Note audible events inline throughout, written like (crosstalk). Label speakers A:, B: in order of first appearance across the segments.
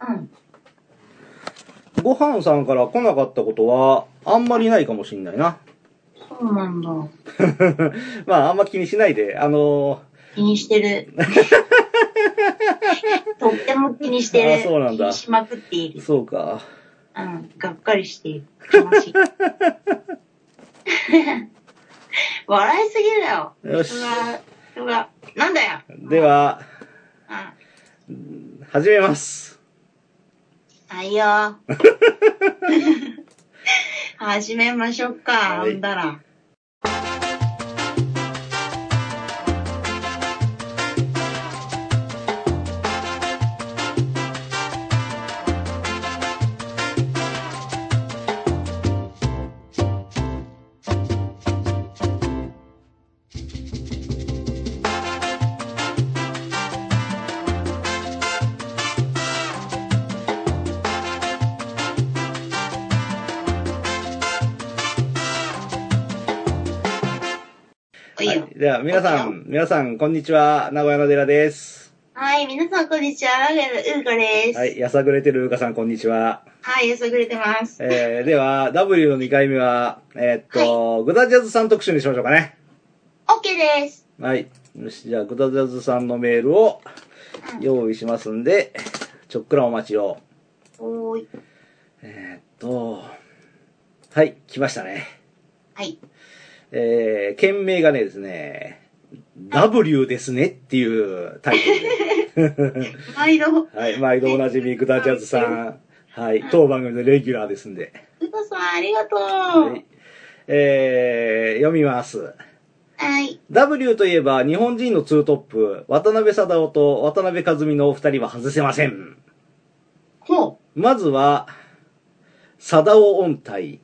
A: うん。
B: ごはんさんから来なかったことは、あんまりないかもしんないな。
A: そうなんだ。
B: (laughs) まあ、あんま気にしないで、あの
A: 気にし
B: (laughs)
A: てる。とっても気にして
B: あ
A: る。
B: そうなんだ
A: 気にしまくってい
B: ー
A: る。
B: そう
A: (laughs)
B: か。
A: うん。がっかりしている。悲しい。笑いすぎるよ。
B: よし
A: 人。が、人が、なんだよ。
B: では、
A: うん。
B: 始めます。
A: はい
B: (laughs)
A: よ。始めましょうか、
B: はい
A: あんだら。おいよ。
B: では、皆さん、皆さん、こんにちは。名古屋の寺です。
A: はい、皆さんこんにちは。ラグルウーカです。
B: はい、やさぐれてるうかさん、こんにちは。
A: はい、やさぐれてます。
B: えー、では、W の2回目は、えーっと、グダジャズさん特集にしましょうかね。
A: オッケーです。
B: はい。よし、じゃあ、グダジャズさんのメールを用意しますんで、ちょっくらお待ちを。
A: おーい。
B: えーっと、はい、来ましたね。
A: はい。
B: えー、件名がねですね、W ですねっていうタイトルで。
A: 毎度、
B: はい、毎度おなじみ、グダジャズさん。はい、当番組のレギュラーですんで。
A: うこさん、ありがとう。
B: は
A: はいい。。
B: えー、読みます。W といえば、日本人のツートップ、渡辺貞夫と渡辺和美のお二人は外せません。
A: ほ
B: まずは、貞夫音体。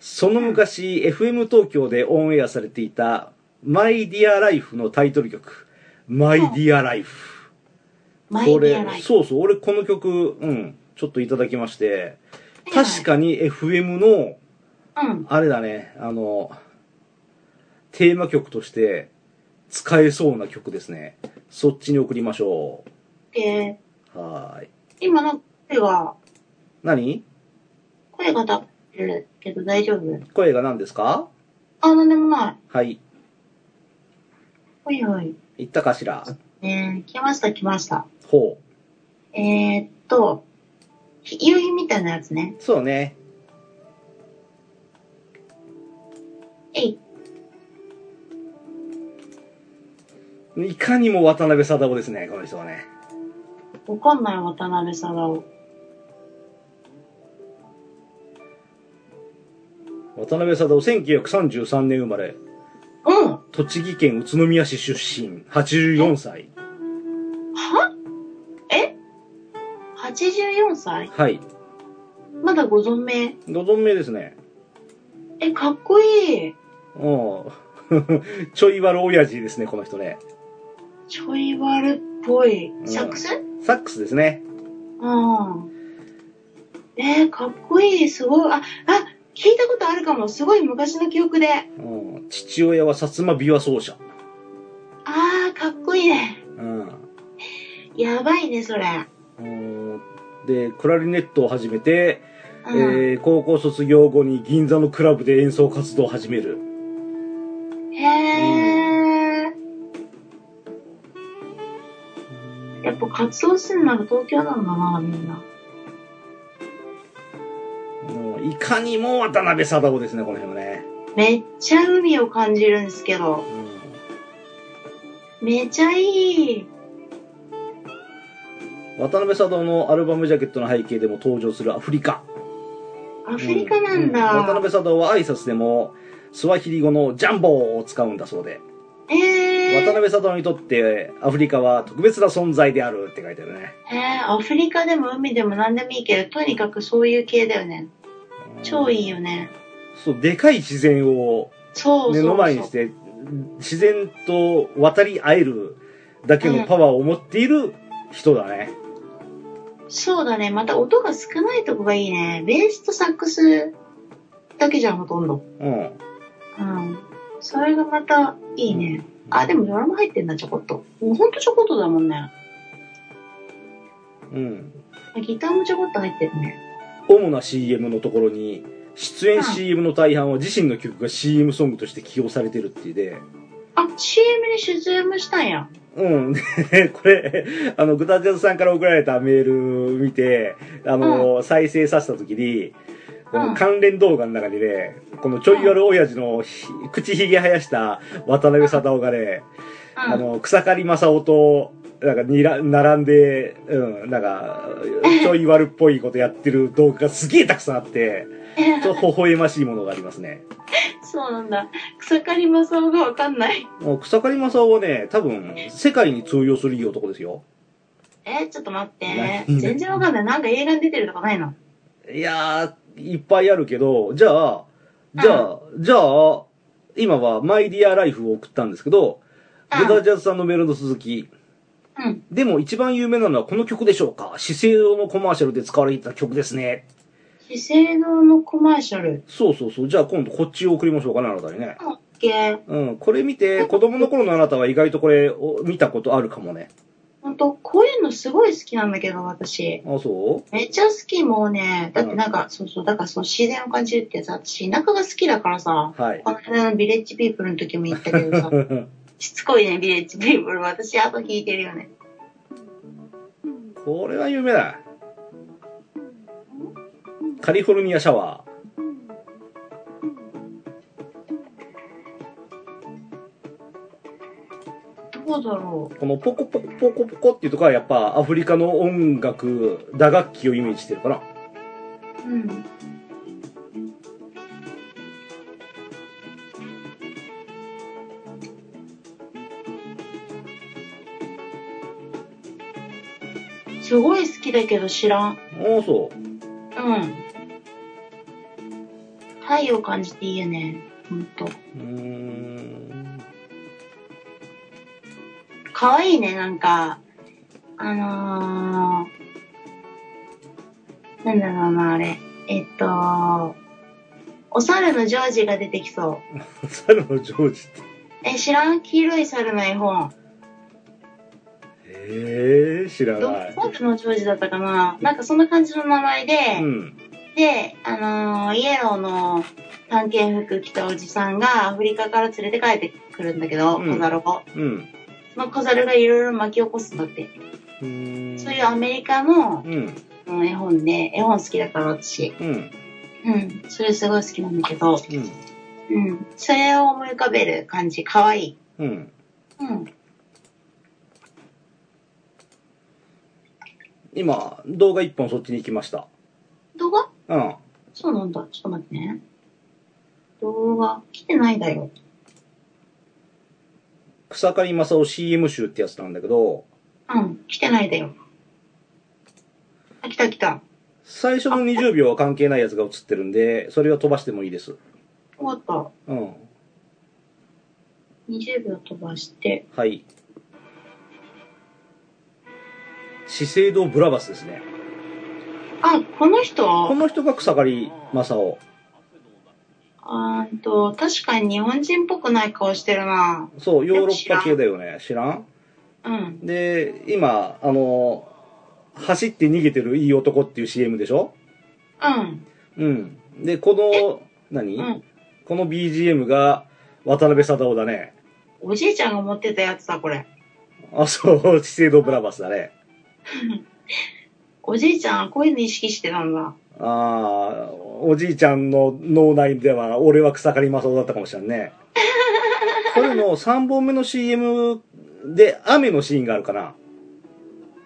B: その昔、FM 東京でオンエアされていた、マイディアライフのタイトル曲、マイディアライフ。
A: う。マイ
B: こ
A: ディ
B: れ
A: アライフ。
B: そうそう俺この曲うんちょっといただきまして
A: はいはい
B: 確かに FM の
A: うん。
B: あれだねあのテーマ曲として使えそうな曲ですねそっちに送りましょ
A: で、
B: うはーい
A: 今の声が、
B: 何
A: 声が立ってるけど大丈夫
B: 声が何ですか
A: あ、なんでもない。
B: はい
A: ほいほい。
B: 言ったかしら
A: ねえ、来ました来ました。
B: ほう
A: えー、っと、ひ夕日みたいなやつね。
B: そうね
A: えい。
B: いかにも渡辺貞夫ですねこの人はね
A: わかんない、渡辺貞夫。
B: 渡辺貞夫1933年生まれ
A: うん。
B: 栃木県宇都宮市出身84歳
A: はえ ?84 歳
B: はい
A: まだご存命。
B: ご存命ですね
A: え、かっこいい。
B: うん (laughs) ちょい悪親父ですね、この人ね。
A: ちょい悪っぽい。
B: ん
A: サックスうん。
B: サックスですね。
A: えー、かっこいい。すごい。あ、あ、聞いたことあるかも。すごい昔の記憶で。
B: うん、父親は薩摩琵琶奏者。
A: あー、かっこいいね。
B: うん
A: やばいね、それ。
B: うん。で、クラリネットを始めて、
A: うん。
B: えー高校卒業後に銀座のクラブで演奏活動を始める。
A: へー。やっぱ活動するなら東京なんだな、みんな。
B: うんいかにも渡辺貞夫ですね、この辺はね。
A: めっちゃ海を感じるんですけど。
B: う
A: めちゃいい。
B: ん、渡辺貞夫のアルバムジャケットの背景でも登場するアフリカ。
A: アフリカなんだ。
B: う渡辺貞夫は挨拶でも、スワヒリ語のジャンボーを使うんだそうで。
A: えー、
B: 渡辺里にとってアフリカは特別な存在であるって書いてあるね
A: えーアフリカでも海でも何でもいいけど、とにかくそういう系だよね。超いいよね。
B: そうでかい自然を
A: そう
B: 目
A: そうそう。
B: の前にして自然と渡り合えるだけのパワーを持っている人だね、
A: そうだね。また音が少ないとこがいいね。ベースとサックスだけじゃん、ほとんど。
B: うん、
A: うん。それがまたいいね。あ、でもドラム入ってんだ、ちょこっと。もうほんとちょこっとだもんね。
B: うん、
A: ギターもちょこっと入ってるね。
B: 主な CM のところに出演 CM の大半は自身の曲が CM ソングとして起用されてるっていうで
A: あ、CM に出演もしたんや。
B: うん。でこれ、あの、グダジャズさんから送られたメール見て、あの、再生させたときに、こ
A: うん
B: の関連動画の中にね、このちょい悪親父のひ口ひげ生やした渡辺貞夫がね、
A: うん。
B: あの、草刈正夫と、なんかにら、並んで、うん、なんか、ちょい悪っぽいことやってる動画がすげえたくさんあ
A: (laughs)
B: って、ちょっと微笑ましいものがありますね。
A: そうなんだ。草刈正雄がわかんない。
B: もう草刈正夫はね、多分、世界に通用するいい男ですよ。
A: えー、ちょっと待っ
B: な
A: て
B: い。
A: 全然わかんない。なんか映画に出てるとかないの
B: いやー、いっぱいあるけど、じゃあ、じゃあ、じゃあ、今はマイディアライフを送ったんですけど、
A: う
B: ブ
A: ん
B: ダジャズさんのメールの続き。
A: うん。
B: でも一番有名なのはこの曲でしょうか資生堂のコマーシャルで使われていた曲ですね。
A: 資生堂のコマーシャル。
B: そうそうそう。じゃあ今度こっちを送りましょうかね、あなたにね。
A: オッケー。
B: うん。これ見て、子供の頃のあなたは意外とこれを見たことあるかもね。
A: ほんと、こういうのすごい好きなんだけど、私。
B: あ、そ
A: めっちゃ好き、もうね。だってなんか、そうそう、だからそう、自然を感じるってさ、私、田舎が好きだからさ、
B: うはい。 (laughs)
A: この間のビレッジピープルの時も言ったけ (laughs) どさ、しつこいね、ビレッジピープル。私、あと弾いてるよね。
B: これは有名だ。カリフォルニアシャワー。
A: どうだろ
B: このポコポコポコポコっていうとこはやっぱアフリカの音楽、打楽器をイメージしてるかな。
A: う。うん。すごい好きだけど知らん。
B: ああ、そう。
A: うん。太陽感じていいよね。ほんと。
B: うーん。
A: かわいいね、なんか。あのー、なんだろうな、あれ。えっと、お猿のジョージが出てきそう。
B: 猿のジョージって。
A: え、知らん黄色い猿の絵本。
B: へえ、知ら
A: ど
B: ない。
A: う猿のジョージだったかななんかそんな感じの名前で、
B: うん。
A: で、あのーイエローの探検服着たおじさんがアフリカから連れて帰ってくるんだけど、
B: うん
A: 小猿を。
B: うん。
A: まあ、小猿がいろいろ巻き起こすんだって。
B: うーん
A: そういうアメリカの
B: うん。
A: うん絵本で、絵本好きだから私。
B: うん。
A: うん。それすごい好きなんだけど、
B: うん。
A: うん。それを思い浮かべる感じ、かわいい。
B: うん。
A: うん。
B: 今、動画一本そっちに行きました。
A: 動画
B: うん。
A: そうなんだ。ちょっと待ってね。動画、来てないだよ。
B: 草刈正雄 CM 集ってやつなんだけど、
A: うん。来てないだよ。あ、来た来た。
B: 最初の20秒は関係ないやつが映ってるんで、それは飛ばしてもいいです。
A: 終わった。
B: うん。
A: 20秒飛ばして。
B: はい。資生堂ブラバスですね。
A: あ、この人
B: この人が草刈正雄。
A: あーんと、確かに日本人っぽくない顔してるな。
B: そう、ヨーロッパ系だよね。知らん
A: うん。
B: で、今、あの、走って逃げてるいい男っていう CM でしょ
A: うん。
B: うん。で、この、何、
A: うん。
B: この BGM が渡辺貞夫だね。
A: おじいちゃんが持ってたやつだ、これ。
B: あ、そう、 (laughs) 資生堂ブラバスだね。
A: おじいちゃんはこういうの意識してたんだ。
B: ああ、おじいちゃんの脳内では、俺は草刈正雄だったかもしれん (laughs) ね。これの3本目の CM で雨のシーンがあるかな。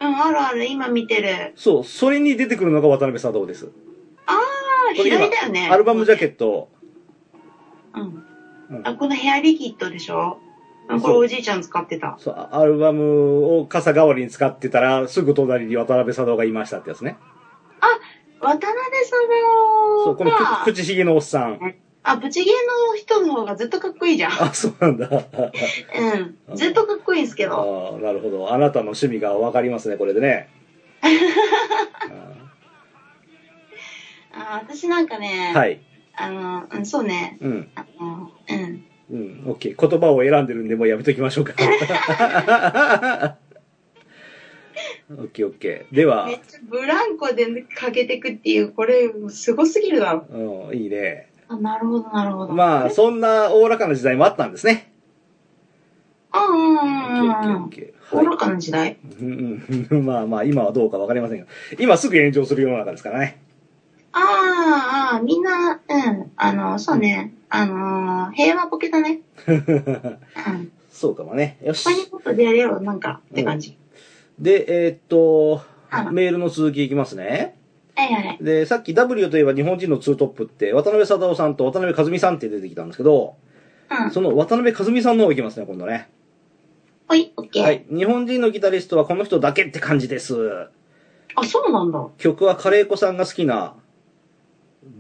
A: うん、あるある、今見てる。
B: そう、それに出てくるのが渡辺貞夫です。
A: ああ、
B: これ今
A: 左だよね。
B: アルバムジャケ
A: ッ
B: ット。
A: ト。うん。
B: うん
A: あ、このヘアリキッドでしょうんこ
B: そ
A: れ
B: う
A: おじいちゃん使ってた。
B: そう、あアルバムを傘代わりに使ってたら、すぐ隣に渡辺貞夫がいましたってやつね。
A: 渡辺
B: そ
A: 貞
B: う、
A: 夫
B: この
A: が、
B: 口ひげのおっさん。
A: あ、ブチゲの人の方がずっとかっこいいじゃん。
B: あ、 (laughs) そうなんだ。
A: うん。ずっとかっこいいんすけ
B: あ
A: ど。
B: あ、なるほど。あなたの趣味がわかりますね、これでね。あ
A: あー私なんかね、
B: ーはい。
A: あの、うん、そうね。
B: うん。
A: あの、うん。
B: うん、オッケー。 (laughs) 言葉を選んでるんで、もうやめときましょうか。オッケーオッケー。では
A: めっ、ちゃブランコでかけてくっていう、これ、すごすぎるだろ。
B: うん、いいね。
A: あ、なるほど、なるほど。
B: まあ、そんなおおらかな時代もあったんですね。
A: あ、うん
B: オ
A: う
B: ッケーオッケ
A: んう
B: ーオッ
A: ん。
B: ケー。はい
A: 愚かな時代。
B: うんうん、 (laughs) まあまあ、今はどうかわかりませんが、今すぐ炎上する世の中ですからね。 (laughs)
A: あーあー、みんな、うん、あの、そうね、あのー平和ボケだね。うん。
B: そうかもね。よし
A: 他。にもっと出会えよう、なんか、って感じ。
B: で、えーっと
A: は、い
B: メールの続きいきますね。
A: はいはいはい。
B: で、さっき W といえば日本人のツートップって、渡辺貞夫さんと渡辺和美さんって出てきたんですけど、
A: うん。
B: その渡辺和美さんの方いきますね、今度ね。
A: ほい、オッケー。
B: はい。日本人のギタリストはこの人だけって感じです。
A: あ、そうなんだ。
B: 曲はカレー子さんが好きな、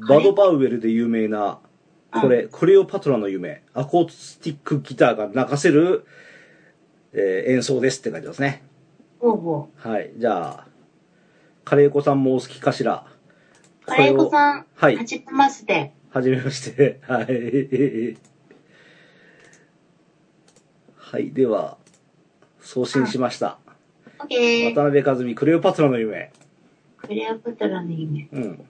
B: バド・パウエルで有名な、これ、コレオパトラの夢、アコースティックギターが泣かせる、えー演奏ですって感じですね。
A: ほうほ
B: はい。じゃあ、カレー子さんもお好きかしら。
A: う。カレー子さん、
B: はい
A: はじめまして。
B: はじめまして。 (laughs) はい。はい。では、送信しました。
A: オッケー。
B: 渡辺和美、クレオパトラの夢。
A: クレオパトラの夢。
B: うん。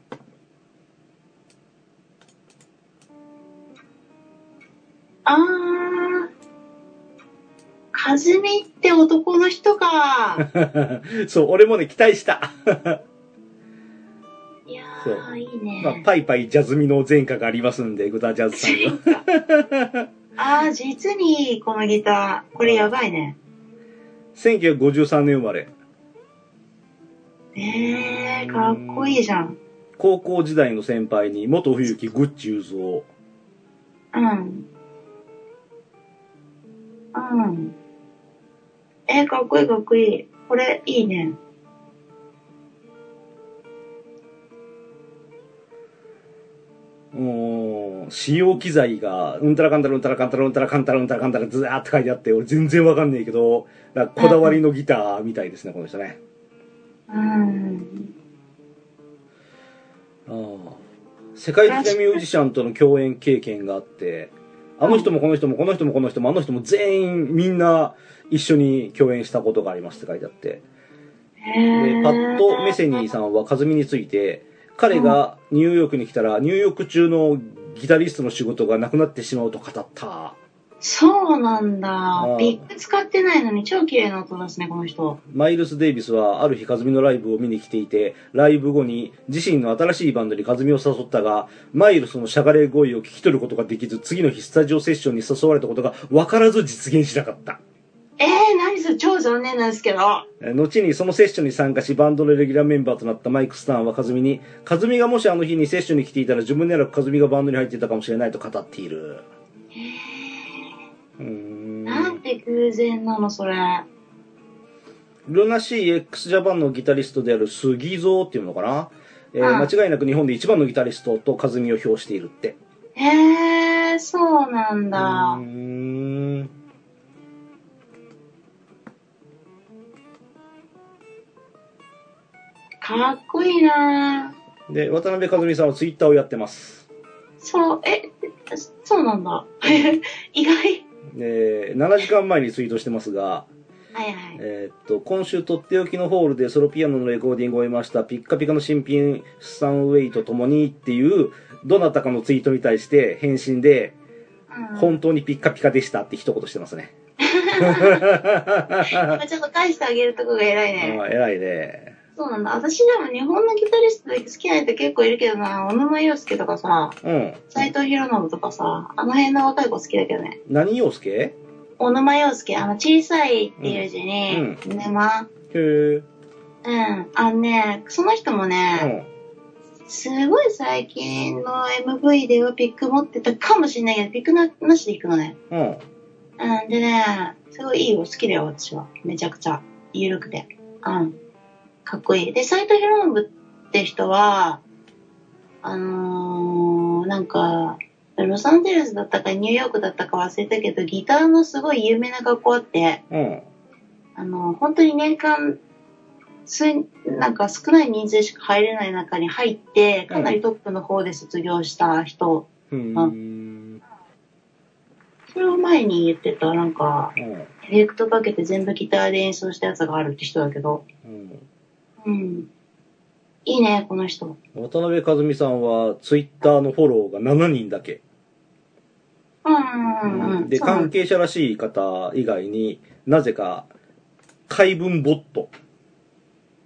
A: あー。かずみって男の人か。
B: (laughs) そう、俺もね、期待した。
A: いや
B: そ
A: ー、いい
B: まあ
A: ね。
B: パイパイジャズミの前科がありますんで、グダジャズさん (laughs) が。
A: あー、実に、このギター。これやばいね。
B: 1953年生まれ。
A: えー、かっこいいじゃん。
B: 高校時代の先輩に元冬木グッチ雄三
A: うん。うん。えー、かっこいいかっこいい。これ、いいね。
B: うーん使用機材がうんたらかんたらうんたらかんたらうんたらかんたらうんたらかんたらずらーって書いてあって俺全然わかんねえけどなんかこだわりのギターみたいですねこの人ね
A: うん。
B: あー世界的なミュージシャンとの共演経験があってあの人もこの人もこの人もこの人もあの人も全員みんな一緒に共演したことがありますって書いてあって
A: へ
B: で
A: ー
B: パット・メセニーさんは和美について彼がニューヨークに来たらニューヨーク中のギタリストの仕事がなくなってしまうと語った
A: そうなんだ
B: うん。
A: ビッグ使ってないのに超綺麗な音ですね、この人。
B: マイルス・デイビスはある日和美のライブを見に来ていてライブ後に自身の新しいバンドに和美を誘ったがマイルスのしゃがれ声を聞き取ることができず次の日スタジオセッションに誘われたことが分からず実現しなかった
A: えー、何それ超残念なんですけど。
B: えー後にそのセッションに参加しバンドのレギュラーメンバーとなったマイク・スターンは和美に和美がもしあの日にセッションに来ていたら自分でなく和美がバンドに入っていたかもしれないと語っている
A: え
B: うー
A: ー、
B: ん
A: なんて偶然なの、それ。
B: ルナ CX ジャパンのギタリストである杉蔵っていうのかな、えー
A: うん
B: 間違いなく日本で一番のギタリストと和美を表しているって
A: えー、そうなん
B: うー
A: だ。
B: ん
A: かっこいいなぁ
B: で渡辺和美さんはツイッターをやってます
A: そう、え、そうなんだ。 (laughs) 意外。
B: で7時間前にツイートしてますが
A: はいはい。
B: えーっと、今週とっておきのホールでソロピアノのレコーディングを終えました、ピッカピカの新品、スタンウェイと共にっていう、どなたかのツイートに対して返信で、
A: うん
B: 本当にピッカピカでしたって一言してますね。
A: 今ちょっと返してあげるとこが偉いね。
B: あ偉いね。
A: そうなんだ。私でも日本のギタリストで好きな人結構いるけどな。小沼洋介とかさ、
B: うん。
A: 斎藤博信とかさ、あの辺の若い子好きだけどね。
B: 何洋介
A: 小沼洋介、あの小さいっていう字に、沼。
B: へえ。
A: うん。あのね、その人も
B: う
A: ね、
B: ん。
A: すごい最近の MV ではピック持ってたかもしれないけど、ピックななしで弾くのね。
B: うん。
A: うん。でね、すごいいいよ。好きだよ、私は。めちゃくちゃ。緩くて。うん。かっこいい。で、斎藤博信って人は、あのー、なんか、ロサンゼルスだったかニューヨークだったか忘れたけど、ギターのすごい有名な学校あって、
B: うん。
A: あの、本当に年間、数、なんか少ない人数しか入れない中に入って、かなりトップの方で卒業した人、
B: うん。うん。
A: それを前に言ってた、なんか、
B: うん。
A: エフェクトかけて全部ギターで演奏したやつがあるって人だけど。
B: うん、
A: うん。いいね、この人。
B: 渡辺和美さんはツイッターのフォローが7人だけ、
A: うんうんうんうん。
B: で
A: そうなん
B: 関
A: だ
B: 係者らしい方以外になぜか怪文ボット、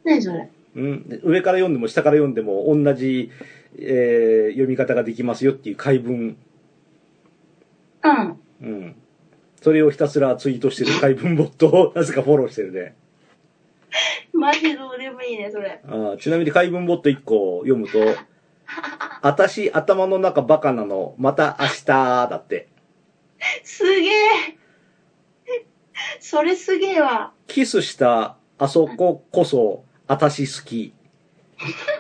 A: 何それ。
B: うん、で上から読んでも下から読んでも同じ、えー読み方ができますよっていう怪文、
A: うん。
B: うん、それをひたすらツイートしてる怪文ボットをなぜかフォローしてるね
A: マジどうでもいいね、それ。
B: あーちなみに怪文ボット1個読むと「あたし頭の中バカなのまた明日」だって
A: すげえ。 (laughs) それすげえわ。
B: 「キスしたあそここそあたし好き」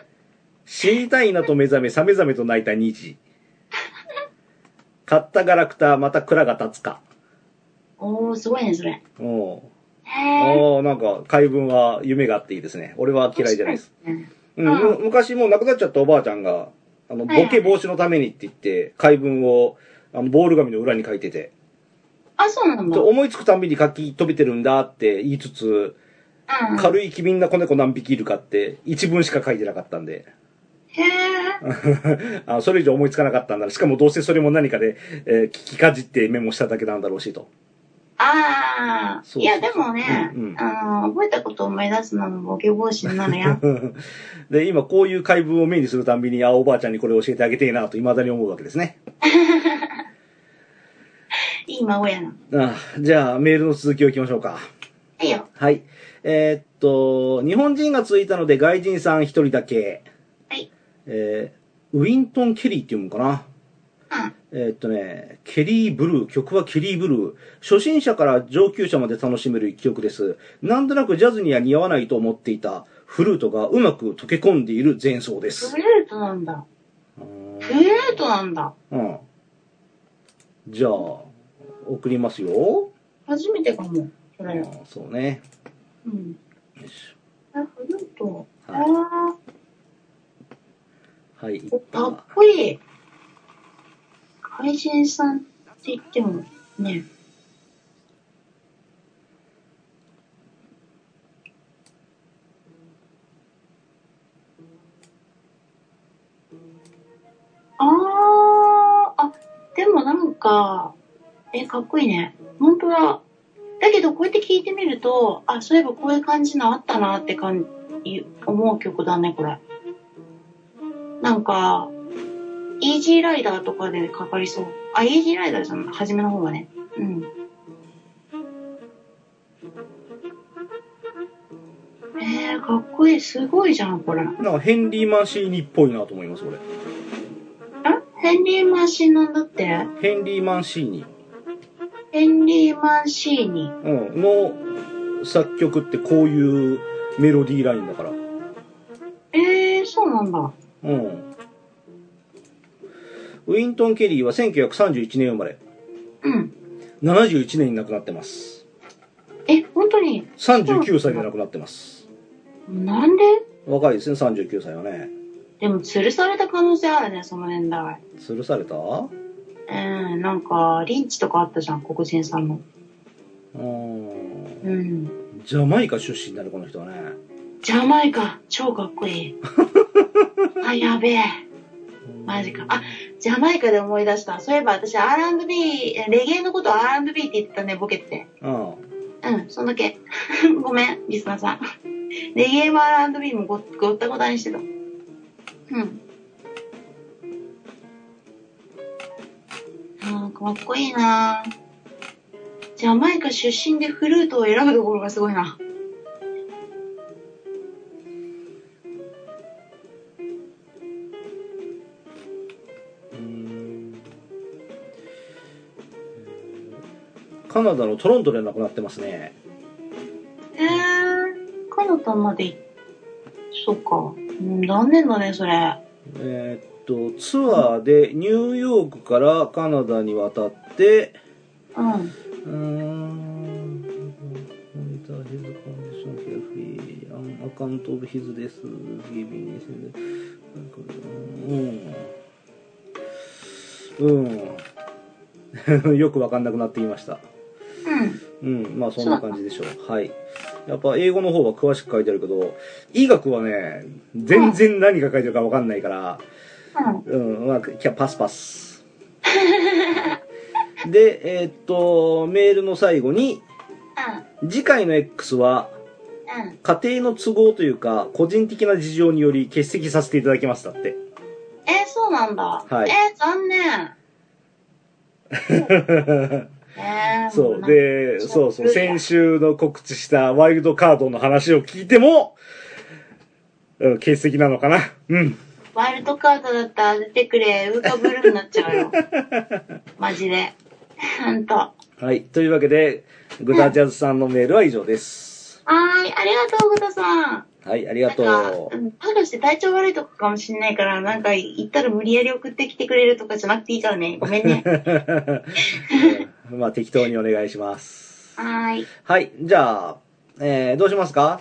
B: 「死にたいなと目覚めさめざめと泣いた2時」「買ったガラクタまた蔵が立つか
A: おー、すごいね、それ。」
B: お
A: へえ。
B: おなんか怪文は夢があっていいですね俺は嫌いじゃないです、
A: 面
B: うん
A: うん
B: む昔もう亡くなっちゃったおばあちゃんがあの
A: はいはい
B: ボケ防止のためにって言って怪文をあのボール紙の裏に書いてて
A: あ、そうなんだ。
B: で思いつくたんびに書き飛びてるんだって言いつつ
A: うん
B: 軽い機敏な子猫何匹いるかって一文しか書いてなかったんで (laughs)
A: へえ。
B: あそれ以上思いつかなかったんだしかもどうせそれも何かで、えー聞きかじってメモしただけなんだろうしと (laughs)
A: ああ。
B: そうそう
A: いや、でもね、
B: うんうん
A: あの、覚えたことを思い出すのもボケ防止にな
B: (laughs)
A: るやん。
B: で今こういう怪文を目にするたんびにあおばあちゃんにこれ教えてあげてえなと未だに思うわけですね
A: いい孫やな。
B: あじゃあメールの続きをいきましょうか
A: はいよ。
B: はい。えーっと、日本人がついたので外人さん一人だけ。
A: はい。
B: えーウィントン・ケリーって読むのかな。
A: うん。
B: えーっとね、ケリーブルー、曲はケリーブルー。初心者から上級者まで楽しめる一曲です。なんとなくジャズには似合わないと思っていたフルートがうまく溶け込んでいる前奏です
A: フ。ルートなんだ。フルートなんだ。
B: うん。じゃあ、送りますよ。
A: 初めてかも。それ。
B: あーそうね。
A: うん。
B: よいし
A: あ、フルート。
B: ょはい。
A: あ
B: はい。
A: あ、かっこいい。怪人さんって言ってもね。あーあ、でもなんか、え、かっこいいね。本当だ。だけどこうやって聞いてみると、あ、そういえばこういう感じのあったなって感じ、思う曲だね、これ。なんか、イージーライダーとかでかかりそう。あ、イージーライダーじゃん、初めの方がね。うん。えー、かっこいい。すごいじゃん、これ。
B: なんかヘンリー・マンシーニっぽいなと思います、これ。
A: あヘンリー・マンシーなんだって
B: ヘンリー・マンシーニ、
A: ヘンリー・マンシーニ。
B: うん、の作曲ってこういうメロディーラインだから。
A: えー、そうなんだ。
B: うん。ウィントン・ケリーは1931年生まれ。
A: うん。
B: 71年に亡くなってます。
A: え、本当に
B: 39歳で亡くなってます。
A: なんで
B: 若いですね、39歳はね。
A: でも、吊るされた可能性あるね、その年代。
B: 吊るされたう
A: うん、なんか、リンチとかあったじゃん、黒人さんの。
B: ん。
A: うん。
B: ジャマイカ出身になる、この人はね。
A: ジャマイカ、超かっこいい。あ、やべえ。マジかあジャマイカで思い出した。そういえば私 R&B、えレゲエのことを R&B って言ってたね、ボケて。
B: うん。
A: うん、そんだけ。 (laughs) ごめん、リスナーさん。レゲエも R&B もごごったごたにしてた。うん。あーかっこいいなジャマイカ出身でフルートを選ぶところがすごいな。
B: うんカナダのトロントで亡くなってますね。
A: えー、カナダまで行っそっか。うん、残念だね、それ。
B: えーっとツアーでニューヨークからカナダに渡って
A: うん。
B: うーん Monitor his condition carefully on account of his death giving his- (laughs) うんうんよくわかんなくなっていました
A: うん。
B: うん、まあそんな感じでしょう。はい。やっぱ英語の方は詳しく書いてあるけど、医学はね、全然何が書いてるかわかんないから、
A: うん。
B: うん、まあ、キャパスパ
A: (laughs)
B: ス。で、えーっと、メールの最後に、次回の X は、
A: う
B: 家庭の都合というか、個人的な事情により欠席させていただきますだって。
A: ん。えー、そうなんだ。
B: はい
A: えー、残
B: (laughs)
A: 念。えー、も
B: そうう。
A: な
B: で、そうそう。先週の告知したワイルドカードの話を聞いても、うん、欠席なのかな。うん。
A: ワイルドカードだったら出てくれ、ウーカブルーになっち
B: (laughs)
A: ゃうよ。マジで。ほんと。は
B: はい。というわけで、グダジャズさんのメールは以上です。
A: ーい、ありがとう、グタさん。
B: はい、ありがと
A: なん
B: う
A: か、。うんパグして体調悪いとかかもしんないから、なんか行ったら無理やり送ってきてくれるとかじゃなくていいからね。ごめんね。
B: うん (laughs) まあ、適当にお願いします。
A: はーい。
B: はい。じゃあ、えー、どうしますか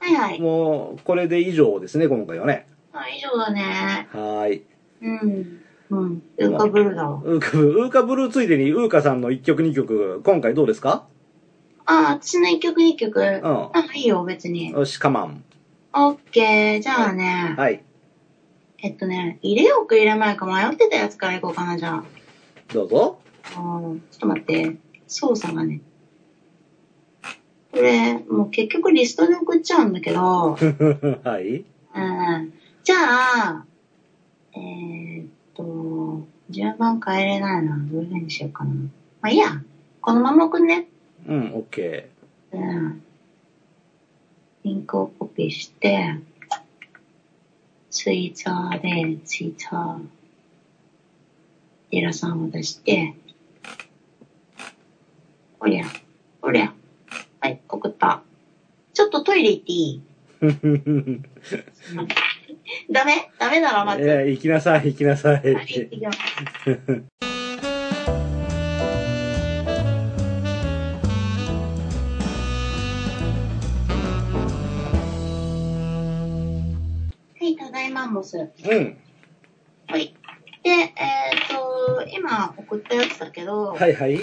A: はいはい。
B: もう、これで以上ですね、今回はね。
A: あ以上だね。
B: はーい。
A: うん。うん。ウーカブルーだわ。
B: ウーカ、ウーカブルーついでに、ウーカさんの1曲2曲、今回どうですか
A: あ、私の一曲二曲。うん。
B: う
A: あ、いいよ、別に
B: ん。。よし、カマン。
A: オッケー。じゃあね。
B: はい。
A: えっとね、入れようか入れまいか迷ってたやつからいこうかな、じゃあ。
B: どうぞ。 (laughs)
A: あーちょっと待って、操作がね。これ、もう結局リストで送っちゃうんだけど、
B: はい。
A: うん。じゃあ、えーっと、順番変えれないな。どういう風にしようかな。まあいいや。このまま送んね。
B: うん、オッケ
A: うん。リンクをコピーして、ツイッターで、ツイッター、デラさんを出して、おりゃ、おりゃ。はい、送った。ちょっとトイレ行っていい (laughs)
B: ー。
A: ダメダメなら待
B: い
A: って。
B: や、行きなさい、行きなさい。
A: はい、行ってきます。はい、ただいまモス。は
B: うん。
A: い。で、えっ、と、今送ったやつだけど、
B: はいはい。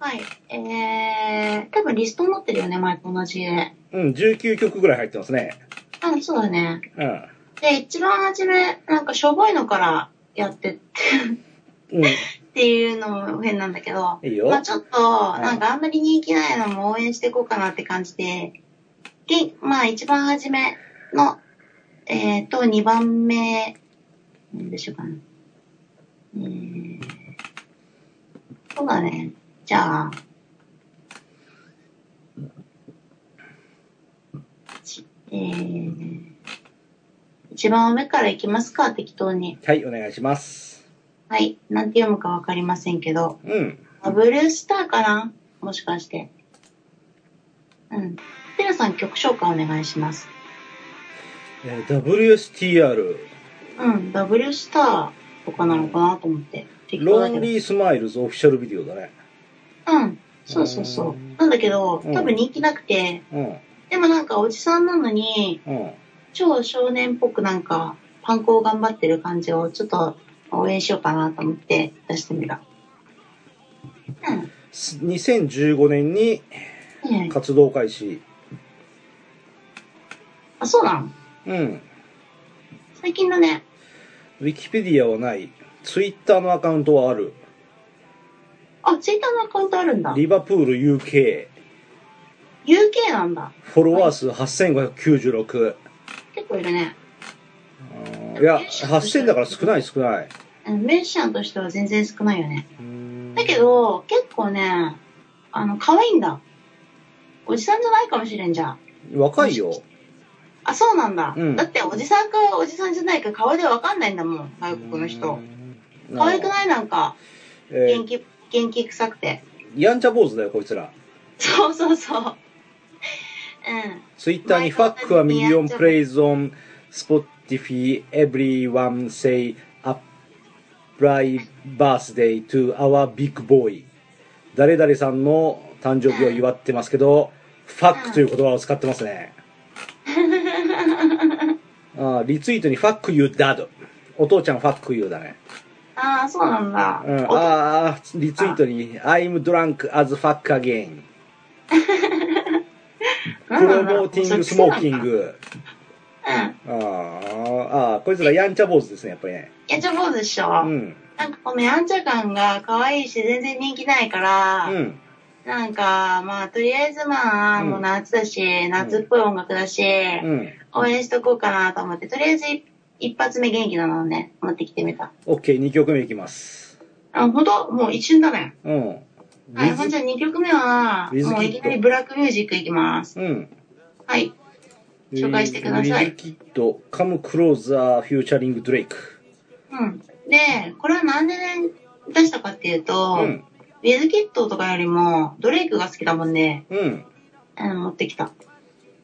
A: はい。えー、多分リストになってるよね、前と同じ。
B: うん、19曲ぐらい入ってますね。
A: うん、そうだね。
B: うん。
A: で、一番初め、なんかしょぼいのからやってって
B: うん、
A: っていうのも変なんだけど、
B: いいよ
A: まあ。ちょっと、
B: い
A: なんかあんまり人気ないのも応援していこうかなって感じで、げまあ一番初めの、えー、と2番目、なんでしょうかね。えー、そうだね。じゃあ、ちえー、一番上からいきますか、適当に。
B: はい、お願いします。
A: はい。なんて読むかわかりませんけど。
B: うん。
A: あブルースターかなもしかして。うん。テラさん曲紹介お願いします。
B: えー WSTR、
A: うん。ダブルスターとかなのかなと思って。適当
B: ロ
A: だ
B: ン
A: けど。
B: リースマイルズオフィシャルビデオだね。。
A: うん。そうそうそううんなんだけど、
B: うん
A: 多分人気なくて、
B: うん、
A: でもなんかおじさんなのに、
B: うん。
A: 超少年っぽくなんか、パンクを頑張ってる感じをちょっと応援しようかなと思って出してみた。うん。
B: す2015年に
A: ねえ
B: 活動開始。
A: あ、そうなの
B: うん。
A: 最近だね。
B: ウィキペディアはない。ツイッターのアカウントはある。
A: あ、ツイッターのアカウントあるんだ。
B: リバプール UK。
A: UK なんだ。
B: フォロワー数8596。
A: 結構いるね。
B: うんいや、8000だから少ない少ない。
A: あのミュージシャンとしては全然少ないよね。
B: うん
A: だけど、結構ね、あの、可愛いんだ。おじさんじゃないかもしれんじゃん。
B: 若いよ。
A: あ、そうなんだ。
B: うん
A: だって、おじさんかおじさんじゃないか顔でわかんないんだもん、外国の人。
B: うん。
A: 可愛くないなんか、
B: え
A: 元気、元気臭くて。
B: ーやんちゃ坊主だよ、こいつら。
A: そうそうそう。うん。
B: ツイッターに Fuck a million plays on Spotify everyone say apply birthday to our big boy 誰々さんの誕生日を祝ってますけど Fuck という言葉を使ってますねあーリツイートに Fuck you dad お父ちゃん Fuck you だね、
A: ああ、そうなんだ。
B: うん、
A: お
B: ああリツイートに I'm drunk as fuck again プロモーティングスモーキン
A: うん。
B: グ。
A: や
B: あーあー、こいつらやんちゃ坊主ですね、やっぱりね。
A: っちゃ坊主でしょ、
B: うん。
A: なんかこのやんちゃ感が可愛いし全然人気ないから、
B: うん。
A: なんかまあとりあえずまあ、
B: うん
A: もう夏だし夏っぽい音楽だし、
B: うん。
A: 応援しとこうかなと思ってとりあえずい一発目元気なのをね持ってきてみた
B: オッケー、2曲目いきます。
A: あ本当もう一瞬だね
B: うん。
A: はい
B: 水
A: ほんじゃ2曲目は
B: 水
A: もう
B: 切っ
A: い
B: と
A: きなりブラックミュージックいきます
B: うん。
A: はい紹介してください
B: ウィズキッド、カムクローザー、フューチャリングドレイク。
A: うんでこれはなんでね出したかっていう
B: う
A: と、
B: ん。
A: ウィズキットとかよりもドレイクが好きだもんね
B: うん。
A: うん、持ってきた。っ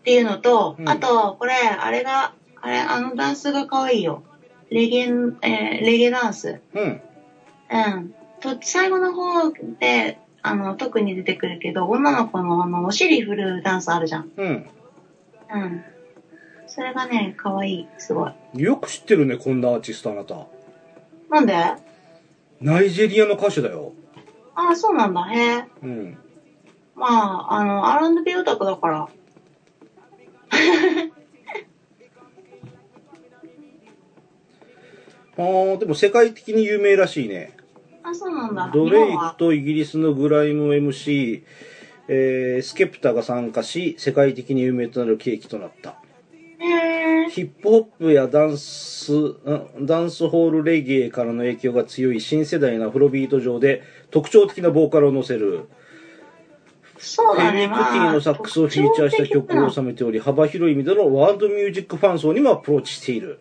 A: ていうのと、
B: うん
A: あと、これ、あれが、あれ、あのダンスが可愛いよ。レゲン、えーレゲダンス。
B: うん。
A: うん。と、最後の方で、あの、特に出てくるけど、女の子の、あの、お尻振るダンスあるじゃん。
B: うん。
A: うん。それがね、可愛い。すごい。
B: よく知ってるね、こんなアーティストあなた。
A: なんであ
B: ナイジェリアの歌手だよ。
A: あ、そうなんだ。へえ。
B: うん。
A: まあ、あの、R&B オタクだから。
B: あー、でも世界的に有名らしいね。
A: あ、そうなんだ。
B: ド
A: 日
B: レイ
A: 本
B: ク
A: は
B: とイギリスのグライム MC、えー、スケプタが参加し、世界的に有名となる契機となった。
A: へえ。
B: ヒップホップやダンス、んダンスホールレゲエからの影響が強い新世代のアフロビート上で特徴的なボーカルを乗せる、
A: そう
B: フ
A: だ
B: ェニ
A: ね。
B: ックティ
A: まあ、
B: のサックスをフィーチャーした
A: 特徴的
B: 曲を
A: な
B: 収めており、幅広い意味でのワールドミュージックファン層にもアプローチしている。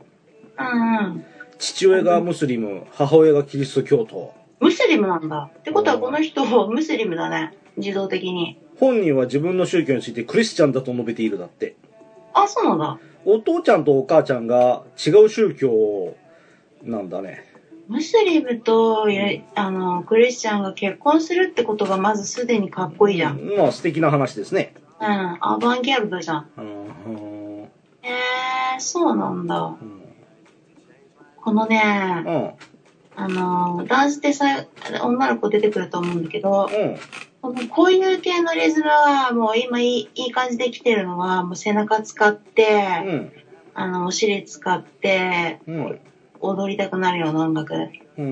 A: うんうん。
B: 父親がムスリム、母親がキリスト教徒。
A: ムスリムなんだ。ってことはこの人、ムスリムだね。自動的に。
B: 本人は自分の宗教についてクリスチャンだと述べているだって。
A: あ、そうなんだ。
B: お父ちゃんとお母ちゃんが違う宗教なんだね。
A: ムスリムと、やあの、クリスチャンが結婚するってことがまずすでにかっこいいじゃん。うん。
B: まあ素敵な話ですね。
A: アバンギャルドじゃん。
B: うん。
A: へえ、そうなんだ。
B: うん
A: このね、
B: うん。
A: あの、ダンスでさ、女の子出てくると思うんだけど、
B: うん。
A: このこういう系のリズムはもう今いいいい感じできてるのは、もう背中使って、
B: うん。
A: あの、お尻使って、
B: うん。
A: 踊りたくなるような音楽。
B: う
A: なんてい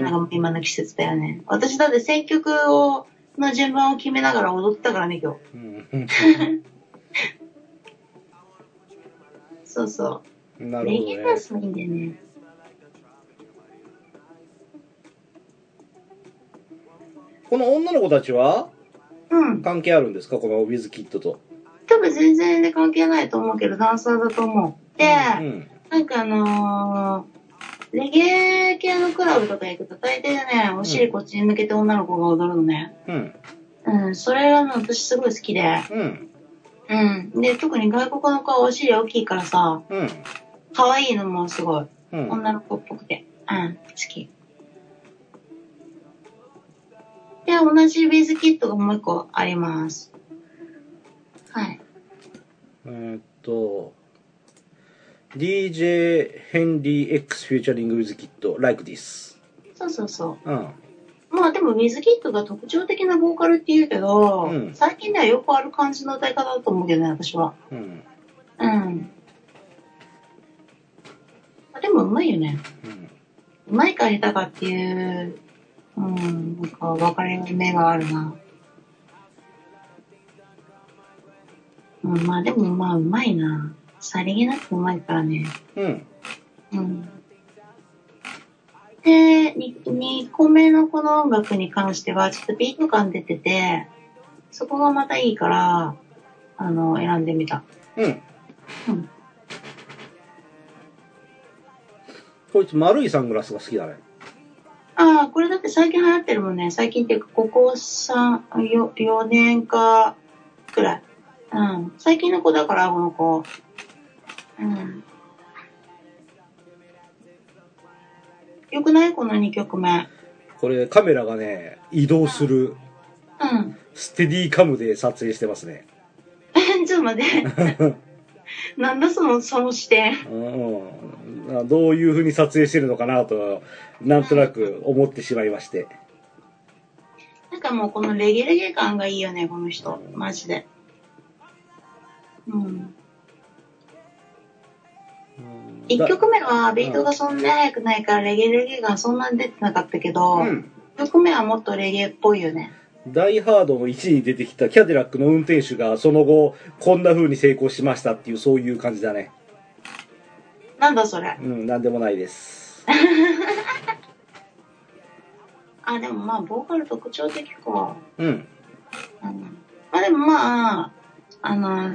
A: うの
B: ん。
A: が今の季節だよね。私だって選曲を、の順番を決めながら踊ってたからね、今日。そうそ
B: な
A: う。
B: る
A: レ
B: ほ
A: ギ
B: ど
A: ュラ
B: ね
A: ー。スもいいんだよね。
B: この女の子たちは
A: うん。
B: 関係あるんですかこのウィズキッドと。
A: 多分全然ね、関係ないと思うけど、ダンサーだと思う。で、
B: うん。
A: なんかあのー、レゲエ系のクラブとか行くと大抵ね、お尻こっちに向けて女の子が踊るのね。
B: うん。
A: うん、それがね、私すごい好きで。
B: うん。
A: うん。で、特に外国の子はお尻大きいからさ、
B: うん。
A: 可愛いのもすごい。
B: うん。
A: 女の子っぽくて。うん、好き。で、同じビーズキットがもう一個あります。はい。
B: えーっと、DJ ヘンリー X フューチャリングウィズキッド、Like This。
A: そうそうそ
B: うん。
A: う。まあでも、ビーズキットが特徴的なボーカルって言うけど、
B: うん
A: 最近ではよくある感じの歌い方だと思うけどね、私は。
B: うん。
A: うん。あでも、うまいよね。
B: うん。
A: うまいか下手かっていう、うん、なんか分かれ目があるな。うん、まあでもまあうまいな。さりげなくうまいからね。
B: うん。
A: うん。で、2個目のこの音楽に関しては、ちょっとビート感出てて、そこがまたいいから、あの、選んでみた。
B: うん
A: うん。
B: こいつ丸いサングラスが好きだね。
A: ああ、これだって最近流行ってるもんね。最近っていうか、ここ3、4, 4年か、くらい。うん。最近の子だから、この子。うん。よくないこの2曲目。
B: これカメラがね、移動する
A: うん。
B: ステディカムで撮影してますね。
A: ちょっと待って。なんだその、その視点。
B: うんうん、どういう風に撮影してるのかなと、なんとなく思ってしまいまして。
A: なんかもうこのレゲレゲ感がいいよね、この人。マジで。うん。1曲目はビートがそんなに速くないからレゲレゲ感そんなに出てなかったけど、
B: う
A: 1
B: ん
A: 曲目はもっとレゲエっぽいよね。
B: ダイ・ハードの1位に出てきたキャデラックの運転手がその後こんな風に成功しましたっていうそういう感じだね
A: なんだそれ。
B: うんなんでもないです
A: あ、でもまあ、ボーカル特徴的か。
B: うん
A: うんまあでもまあ、あの、うん、あ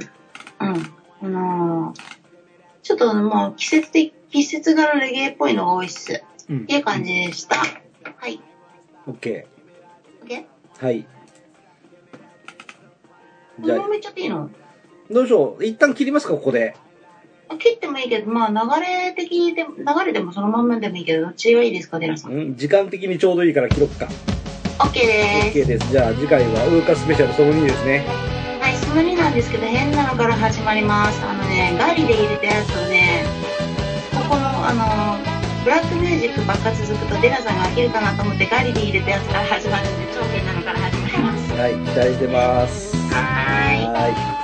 A: の、ちょっともう季節的、季節柄レゲエっぽいのが多いっす。っ
B: うん
A: ていう感じでした。はい。
B: OK
A: OK?
B: はい
A: こ
B: じゃ
A: の
B: あ
A: ままいっちゃっていいの
B: どうでしょう一旦切りますかここで
A: あ切ってもいいけど、まあ流れ的にでも、流れでもそのまんまでもいいけど、どっちがいいですか、デラさん。OK
B: うん時間的にちょうどいいから切ろっか
A: で
B: OK ですじゃあ次回はウーカスペシャルその2ですね
A: す。はい、その2なんですけど、変なのから始まります。あのね、ガリで入れたやつをね、ここの、あの、ブラックミュージックばっか続くと、デラさんが飽きるかなと思って、ガリで入れたやつから始まるんで、超変なのから始まります。
B: はい期待してます
A: はーい。
B: はい